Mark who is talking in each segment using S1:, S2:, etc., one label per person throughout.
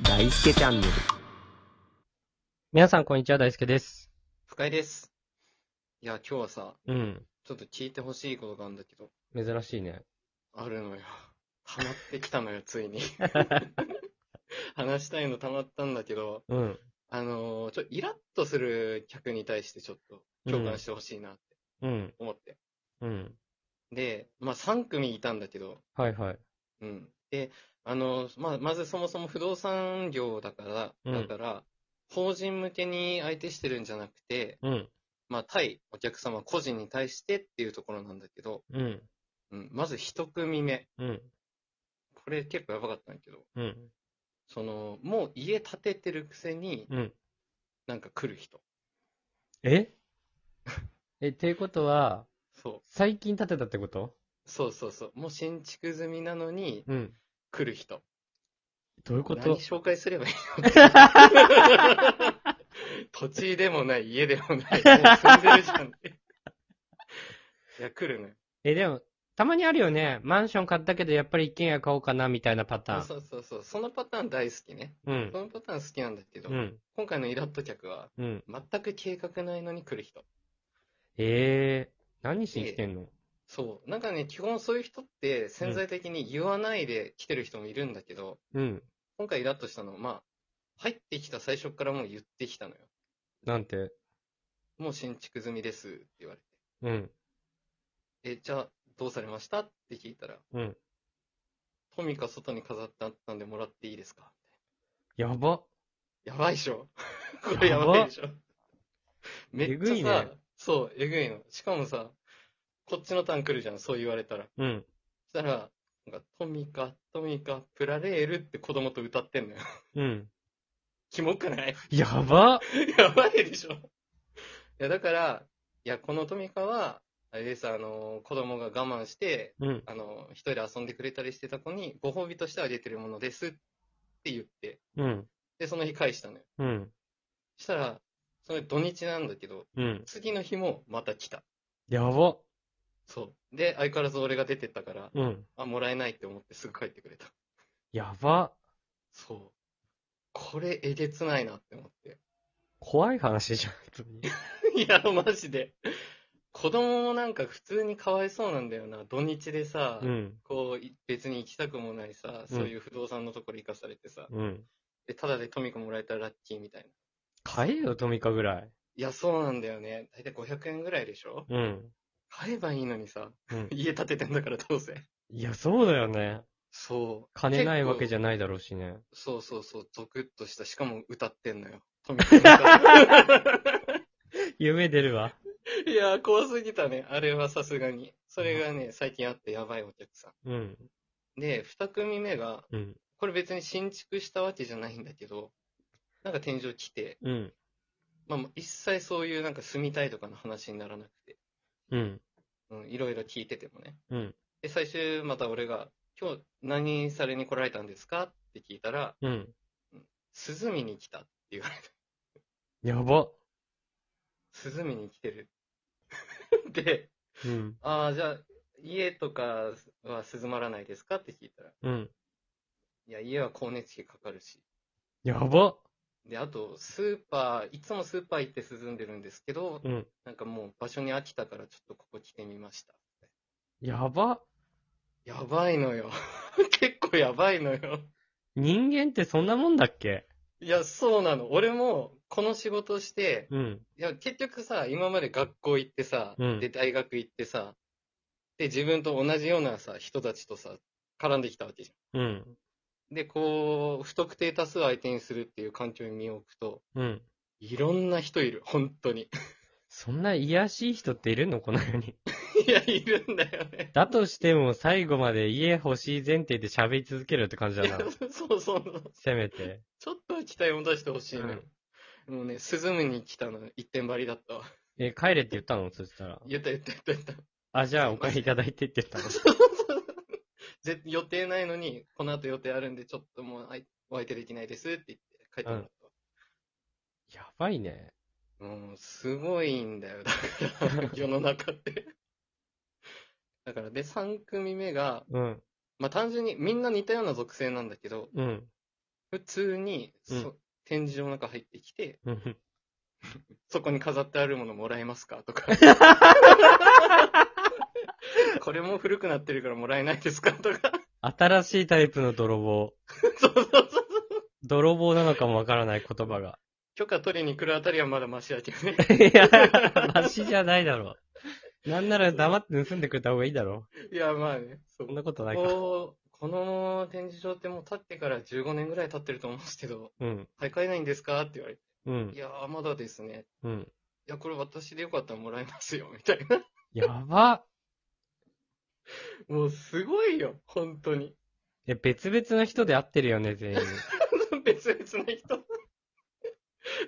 S1: 大輔チャンネル。
S2: 皆さん、こんにちは。大輔です。
S3: 深井です。いや、今日はさ、
S2: うん。
S3: ちょっと聞いてほしいことがあるんだけど、
S2: 珍しいね。
S3: あるのよ。溜まってきたのよ、つ いに。話したいの溜まったんだけど、
S2: うん。
S3: あのーちょ、イラッとする客に対してちょっと共感してほしいなって
S2: うん。
S3: 思って。
S2: うん。
S3: で、まあ3組いたんだけど、
S2: はいはい。
S3: うん。で、あのーまあ、まずそもそも不動産業だから、
S2: う
S3: だ
S2: ん
S3: から、法人向けに相手してるんじゃなくて、
S2: うん。
S3: まあ、対お客様個人に対してっていうところなんだけど、
S2: うん。
S3: うん、まず一組目。
S2: うん。
S3: これ結構やばかったんだけど、
S2: うん。
S3: その、もう家建ててるくせに、
S2: うん。
S3: なんか来る人。
S2: え え、っていうことは、
S3: そ
S2: 最近建てたってこと
S3: う。そうそうそう。もう新築済みなのに、
S2: うん。
S3: 来る人。
S2: どういうこ
S3: 何
S2: と
S3: 紹介すればいい の土地でもない、家でもない。もう住んでるじゃん。いや、来るね。
S2: え、でも、たまにあるよね。マンション買ったけど、やっぱり一軒家買おうかな、みたいなパターン。
S3: そうそうそう。そのパターン大好きね。
S2: うん
S3: そ。のパターン好きなんだけど、
S2: うん。
S3: 今回のイラッと客は、
S2: うん。
S3: 全く計画ないのに来る人。
S2: ええ何しに来てんの
S3: そう。なんかね、基本そういう人って潜在的に言わないで来てる人もいるんだけど、
S2: うん。
S3: 今回イラッとしたのは、まあ、入ってきた最初からもう言ってきたのよ。
S2: なんて。
S3: もう新築済みですって言われ
S2: うん。
S3: て。え、じゃあ、どうされましたって聞いたら、
S2: うん。
S3: トミカ外に飾ってあったんでもらっていいですか
S2: やば。
S3: やばいでしょ これやばいでしょめ
S2: え
S3: っ
S2: ぐい
S3: ちゃさ、
S2: ね
S3: そう、えぐいの。しかもさ、こっちのターン来るじゃん、そう言われたら。
S2: うん。
S3: そしたら、なんかトミカ、トミカ、プラレールって子供と歌ってんのよ。
S2: うん。
S3: キモくない
S2: やば。
S3: やばいでしょいや、だから、いや、このトミカは、あれです、あの、子供が我慢して、
S2: うん。
S3: あの、一人で遊んでくれたりしてた子に、ご褒美としてあげてるものですって言って、
S2: うん。
S3: で、その日返したのよ。
S2: うん。
S3: したら、それ土日なんだけど、
S2: うん。
S3: 次の日もまた来た。
S2: やば。
S3: そう。で、相変わらず俺が出てったから、
S2: うん。
S3: あ、もらえないって思ってすぐ帰ってくれた。
S2: やば。
S3: そう。これ、えげつないなって思って。
S2: 怖い話じゃん、普通に。
S3: いや、マジで。子供もなんか普通にかわいそうなんだよな。土日でさ、
S2: うん。
S3: こう、い別に行きたくもないさ、
S2: うん
S3: そういう不動産のところ行かされてさ、
S2: うん。
S3: で、ただでトミカもらえたらラッキーみたいな。
S2: 買えよ、トミカぐらい。
S3: いや、そうなんだよね。だいたい500円ぐらいでしょ
S2: うん。
S3: 買えばいいのにさ、
S2: うん
S3: 家建ててんだからどうせ。
S2: いや、そうだよね。
S3: そう。
S2: 金ないわけじゃ
S3: ん。
S2: ないだろうしね。
S3: そうそうそう、ゾクッとした。しかも歌ってんのよ。トミカ の歌
S2: 夢出るわ。
S3: いや、怖すぎたね。あれはさすがに。それがね、最近あってやばいお客さん。
S2: うん。
S3: で、二組目が、
S2: うん。
S3: これ別に新築したわけじゃないんだけど、なんか天井来て、
S2: うん。
S3: まあ、もう一切そういうなんか住みたいとかの話にならなくて、
S2: うん。
S3: うん、いろいろ聞いててもね。
S2: うん。
S3: で、最終また俺が、今日何されに来られたんですかって聞いたら、
S2: うん。
S3: 涼みに来たって言われた。
S2: やば。
S3: 涼みに来てる。 で、
S2: うん。
S3: ああ、じゃあ、家とかは涼まらないですかって聞いたら、
S2: うん。
S3: いや、家は光熱費かかるし。
S2: やば。
S3: で、あと、スーパー、いつもスーパー行って涼んでるんですけど、
S2: うん。
S3: なんかもう場所に飽きたからちょっとここ来てみました。
S2: やば。
S3: やばいのよ。 結構やばいのよ。
S2: 人間ってそんなもんだっけ
S3: いや、そうなの。俺も、この仕事して、
S2: うん。
S3: いや、結局さ、今まで学校行ってさ、
S2: うん
S3: で、大学行ってさ、で、自分と同じようなさ、人たちとさ、絡んできたわけじ
S2: うん。
S3: ゃん。で、こう、不特定多数相手にするっていう環境に身を置くと、
S2: うん。
S3: いろんな人いる、本当に。
S2: そんな癒やしい人っているのこの世に。
S3: いや、いるんだよね。
S2: だとしても最後まで家欲しい前提で喋り続けるって感じだな。
S3: そうそうそう。
S2: せめて。
S3: ちょっとは期待を出してほしいのよ。もうね、涼むに来たの一点張りだったわ。
S2: え、帰れって言ったのそしたら。
S3: 言った言った言った言っ
S2: あ、じゃあお金いただいてって言ったの
S3: た。ぜ予定ないのに、この後予定あるんで、ちょっともうあいお相手できないですって言って帰ってもらったわ。
S2: やばいね。
S3: もう、すごいんだよ。だ から、世の中って。だから、で、3組目が、
S2: うん、
S3: まあ単純にみんな似たような属性なんだけど、
S2: うん、
S3: 普通に、そ
S2: うん
S3: 展示場の中入ってきて、
S2: うん
S3: そこに飾ってあるものもらえます かとか。これも古くなってるからもらえないですかとか。
S2: 新しいタイプの泥棒。
S3: そうそうそう。
S2: 泥棒なのかもわからない言 葉が。
S3: 許可取りに来るあたりはまだマシだけどね。
S2: いや、マシじゃないだろう。なんなら黙って盗んでくれた方がいいだろ。
S3: いや、まあね。そう
S2: そんなことないか。
S3: こうこの展示場ってもう建ってから15年ぐらい経ってると思うんですけど、
S2: うん。
S3: 買い替えないんですかって言われて。
S2: うん
S3: い。やー、まだですね。
S2: うん。
S3: いや、これ私でよかったらもらえますよ、みたいな。
S2: やば。
S3: もうすごいよ、本当に。
S2: え、別々の人で会ってるよね、全員。
S3: 別々の人。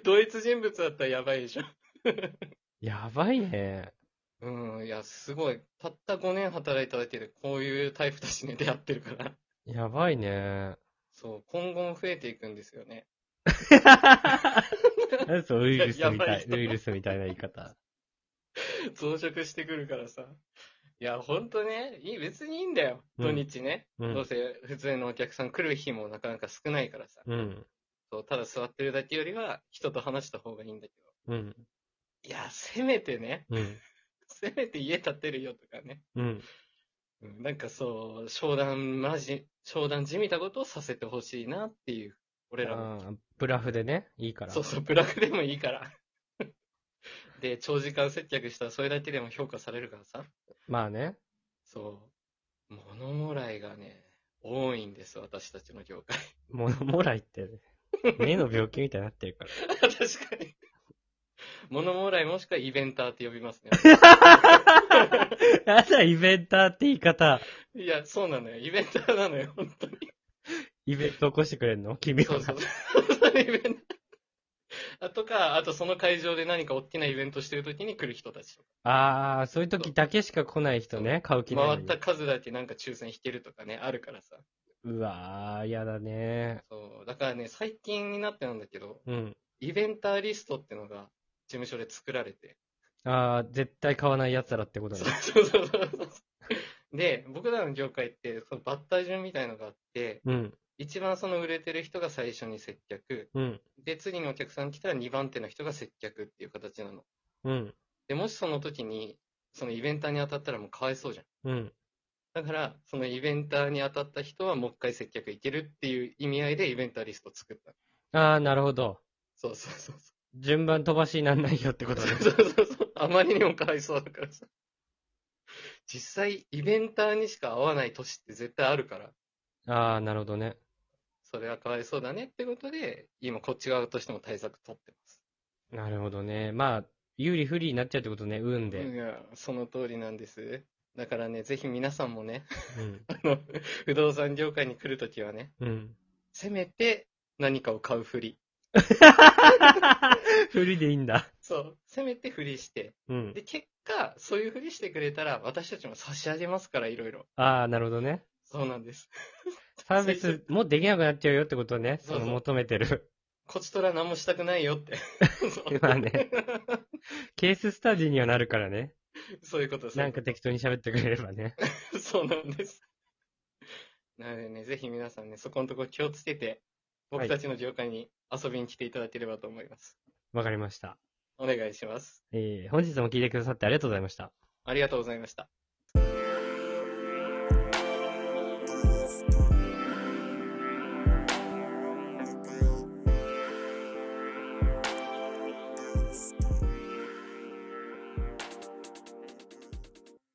S3: 同一人物だったらやばいでしょ。
S2: やばいね。
S3: うん、いや、すごい。たった5年働いただけで、こういうタイプたちに出会ってるから。
S2: やばいね。
S3: そう、今後も増えていくんですよね。
S2: 何そのウイルスみ
S3: やば
S2: た
S3: い
S2: い、
S3: 人
S2: ウイルスみたいな言い方。
S3: 増殖してくるからさ。いや、ほんとね、いい、別にいいんだよ。
S2: うん
S3: 土日ね。
S2: う。
S3: どうんせ、普通のお客さん来る日もなかなか少ないからさ。
S2: うん。
S3: そう、ただ座ってるだけよりは、人と話した方がいいんだけ
S2: うん。
S3: ど。いや、せめてね、
S2: うん。
S3: せめて家建てるよとかね。
S2: うん。
S3: うんなんかそう、商談マジ、商談じみたことをさせてほしいなっていう、俺らも。
S2: あーブラフでね、いいから。
S3: そうそう、ブラフでもいいから。 で、長時間接客したらそれだけでも評価されるからさ。
S2: まあね。
S3: そう。物もらいがね、多いんです、私たちの業界。
S2: 物もらいって、目の病気みたいになってるから。
S3: 確かに。物もらいもしくはイベンターって呼びますね。
S2: やだ、イベンターって言い方。
S3: いや、そうなのよ。イベンターなのよ、本当に。
S2: イベント起こしてくれんの君
S3: そ
S2: は
S3: う。そう。そうイベント。あとか、あとその会場で何か大きなイベントしてるときに来る人たち。
S2: あー、そういう時だけしか来ない人ね、買う気ないの
S3: 回
S2: に
S3: った数だけなんか抽選引けるとかね、あるからさ。
S2: うわー、やだね。
S3: そう。だからね、最近になってなんだけど、
S2: うん。
S3: イベンターリストってのが事務所で作られて。
S2: あー、絶対買わない奴らってこと
S3: そ
S2: だ
S3: う。そうそうそうそう。で、僕らの業界って、そのバッター順みたいのがあって、
S2: うん、
S3: 一番その売れてる人が最初に接客。
S2: うん、
S3: で、次のお客さん来たら2番手の人が接客っていう形なの。
S2: うん、
S3: で、もしその時に、そのイベンターに当たったらもうかわいそうじゃん。
S2: うん。
S3: だから、そのイベンターに当たった人はもう一回接客いけるっていう意味合いでイベンターリスト作った。
S2: あー、なるほど。
S3: そうそうそうそ
S2: 順番飛ばしになんないよってこ
S3: う。
S2: とね。
S3: そうそうそう。あまりにもかわいそうだからさ。実際、イベンターにしか会わない年って絶対あるから、
S2: あー、なるほどね。
S3: それはかわいそうだねってことで、今こっち側としても対策取ってます。
S2: なるほどね。まあ、有利不利になっちゃうってことね、運で。
S3: いや、その通りなんです。だからね、ぜひ皆さんもね、
S2: うん、
S3: あの、不動産業界に来るときはね、
S2: うん。
S3: せめて何かを買うふり。
S2: 不利でいいんだ。
S3: そう。せめてふりして。
S2: うん。
S3: で、結果、そういうふりしてくれたら、私たちも差し上げますから、いろいろ。
S2: あー、なるほどね。
S3: そうなんです。
S2: サービスもうできなくなっちゃうよってことね。
S3: そう
S2: そ
S3: そう
S2: の求めてる。
S3: こちとら何もしたくないよって。そう
S2: まあ ね。ケーススタディにはなるからね。
S3: そういうことです。
S2: なんか適当に喋ってくれればね。
S3: そうなんです。なのでね、ぜひ皆さんね、そこのところ気をつけて、僕たちの業界に遊びに来ていただければと思います。
S2: わかりました。
S3: お願いします。
S2: えー、本日も聞いてくださってありがとうございました。
S3: ありがとうございました。
S1: Thank you.